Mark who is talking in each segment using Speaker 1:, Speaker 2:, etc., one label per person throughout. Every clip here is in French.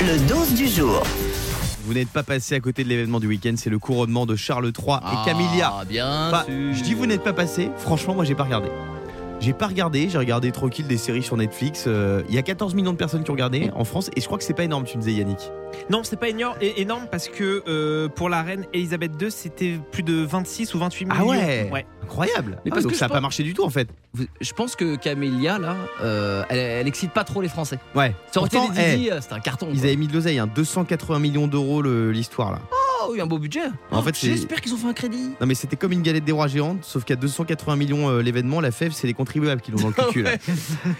Speaker 1: Le 12 du jour.
Speaker 2: Vous n'êtes pas passé à côté de l'événement du week-end, c'est le couronnement de Charles III et Camilla.
Speaker 3: Ah, bien
Speaker 2: Bah,
Speaker 3: sûr.
Speaker 2: je dis vous n'êtes pas passé, franchement moi j'ai pas regardé. J'ai pas regardé, j'ai regardé tranquille des séries sur Netflix. Euh, Il y a 14 millions de personnes qui ont regardé en France et je crois que c'est pas énorme, tu me disais Yannick.
Speaker 4: Non, c'est pas énorme, é- énorme parce que euh, pour la reine Elisabeth II, c'était plus de 26 ou 28
Speaker 2: Ah
Speaker 4: millions.
Speaker 2: ouais. Incroyable
Speaker 3: Mais
Speaker 2: Ah,
Speaker 3: parce
Speaker 2: Donc
Speaker 3: que je
Speaker 2: ça a pas
Speaker 3: pense-
Speaker 2: marché du tout en fait.
Speaker 3: Vous- Je pense que Camélia, là, euh, elle, elle excite pas trop les Français.
Speaker 2: Ouais.
Speaker 3: Ça aurait été
Speaker 2: Pourtant, eh,
Speaker 3: des Didi, euh, c'était un carton.
Speaker 2: Ils
Speaker 3: quoi.
Speaker 2: avaient mis de l'oseille, hein, 280 millions d'euros le- l'histoire là.
Speaker 3: Oh, il y a un beau budget.
Speaker 2: En
Speaker 3: Oh,
Speaker 2: fait, c'est-
Speaker 3: J'espère qu'ils ont fait un crédit.
Speaker 2: Non mais c'était comme une galette des rois géante, sauf qu'à 280 millions euh, l'événement, la fève c'est les contribuables qui l'ont dans le cul là.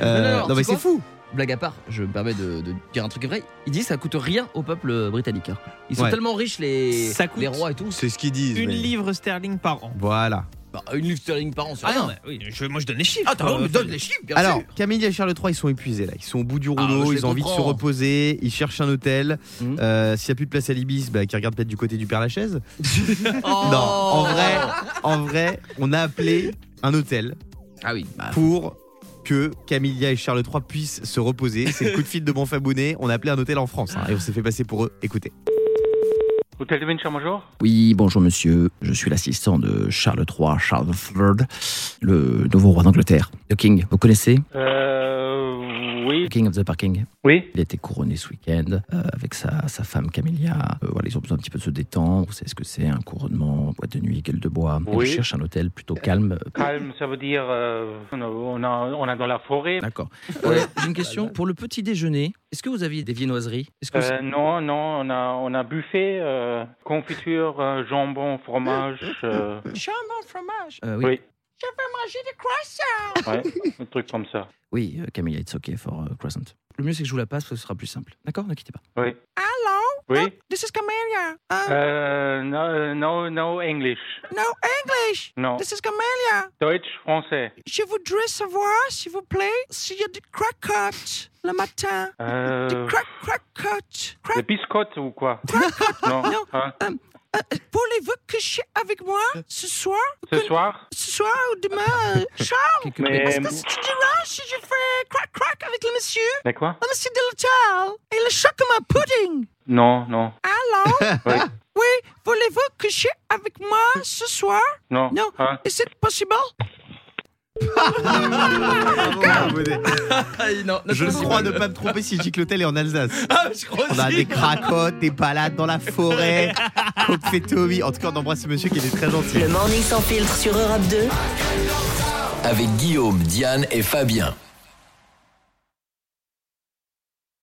Speaker 2: Euh,
Speaker 3: Non, non, non,
Speaker 2: mais
Speaker 3: tu
Speaker 2: c'est
Speaker 3: crois
Speaker 2: fou.
Speaker 3: Blague à part, je me permets de, de dire un truc vrai. Ils disent que ça coûte rien au peuple britannique. hein. Ils sont
Speaker 2: Ouais.
Speaker 3: tellement riches, les,
Speaker 4: Ça coûte
Speaker 3: les rois et tout.
Speaker 2: C'est ce qu'ils disent.
Speaker 4: Une
Speaker 2: mais-
Speaker 4: livre sterling par an.
Speaker 2: Voilà.
Speaker 3: Bah, une livre sterling par an, c'est
Speaker 4: Ah
Speaker 3: rien. Ah,
Speaker 4: non, mais oui, je- moi je donne les chiffres.
Speaker 2: Ah,
Speaker 3: Attends, on
Speaker 4: Euh,
Speaker 3: me donne les chiffres, bien
Speaker 2: Alors,
Speaker 3: sûr.
Speaker 2: Camille et Charles III, ils sont épuisés là. Ils sont au bout du rouleau,
Speaker 3: Ah, je les
Speaker 2: ils ont envie de se
Speaker 3: comprends.
Speaker 2: reposer, ils cherchent un hôtel.
Speaker 3: Mhm.
Speaker 2: Euh, S'il n'y a plus de place à l'Ibis, bah, qu'ils regardent peut-être du côté du Père Lachaise.
Speaker 3: Oh.
Speaker 2: Non, en vrai, en vrai, on a appelé un hôtel
Speaker 3: Ah oui, bah,
Speaker 2: pour que Camilla et Charles III puissent se reposer. C'est le coup de fil de mon fabonné. On a appelé un hôtel en France hein, et on s'est fait passer pour eux. Écoutez.
Speaker 5: Hôtel de Venture, bonjour.
Speaker 3: Oui, bonjour monsieur, je suis l'assistant de Charles III, Charles III, le nouveau roi d'Angleterre. The King, vous connaissez
Speaker 5: Euh, oui.
Speaker 3: The King of the Parking.
Speaker 5: Oui.
Speaker 3: Il a été couronné ce week-end euh, avec sa, sa femme Camélia. Euh, voilà, ils ont besoin un petit peu de se détendre. Vous savez ce que c'est, un couronnement, boîte de nuit, gueule de bois. Et
Speaker 5: Oui.
Speaker 3: Je cherche un hôtel plutôt calme.
Speaker 5: Calme, ça veut dire euh, on a- on a, on a dans la forêt.
Speaker 3: D'accord. Euh, J'ai une question. Pour le petit déjeuner, est-ce que vous aviez des viennoiseries Est-ce que
Speaker 5: Euh, non, non, on a, on a buffet, euh, confiture, euh, jambon, fromage. euh,
Speaker 3: Euh, oui.
Speaker 5: oui. Ouais, un truc comme ça.
Speaker 3: Oui, euh, Camélia, it's okay for euh, croissant. Le mieux, c'est que je vous la passe, ce sera plus simple. D'accord Ne quittez pas.
Speaker 5: Oui. Hello. Oui. this is Camelia. Euh, no, no, no English.
Speaker 6: hein? No English.
Speaker 5: Non.
Speaker 6: This is Camélia.
Speaker 5: Deutsch, français.
Speaker 6: Je voudrais savoir, s'il vous plaît, s'il y a du crackot le matin.
Speaker 5: Euh,
Speaker 6: Crack, crackot. Crack.
Speaker 5: des biscottes ou quoi Non.
Speaker 6: Non.
Speaker 5: hein.
Speaker 6: Euh, euh, Voulez-vous coucher avec moi ce soir
Speaker 5: Ce soir
Speaker 6: Ce soir ou demain euh, Charles
Speaker 3: Quelques
Speaker 5: Mais.
Speaker 6: Qu'est-ce que tu diras si je fais crack, crack avec le monsieur
Speaker 5: Mais quoi
Speaker 6: Le monsieur de l'hôtel et le chocolat pudding
Speaker 5: Non, non.
Speaker 6: Allô
Speaker 5: Oui.
Speaker 6: Oui, voulez-vous coucher avec moi ce soir
Speaker 5: Non.
Speaker 6: Non.
Speaker 5: hein.
Speaker 6: Est-ce possible
Speaker 2: Je crois ne pas me tromper si je dis que l'hôtel est en Alsace. On a des cracottes, des balades dans la forêt, Copfetomi. En tout cas, on embrasse ce monsieur qui était très gentil.
Speaker 1: Le morning sans filtre sur Europe 2.
Speaker 7: Avec Guillaume, Diane et Fabien.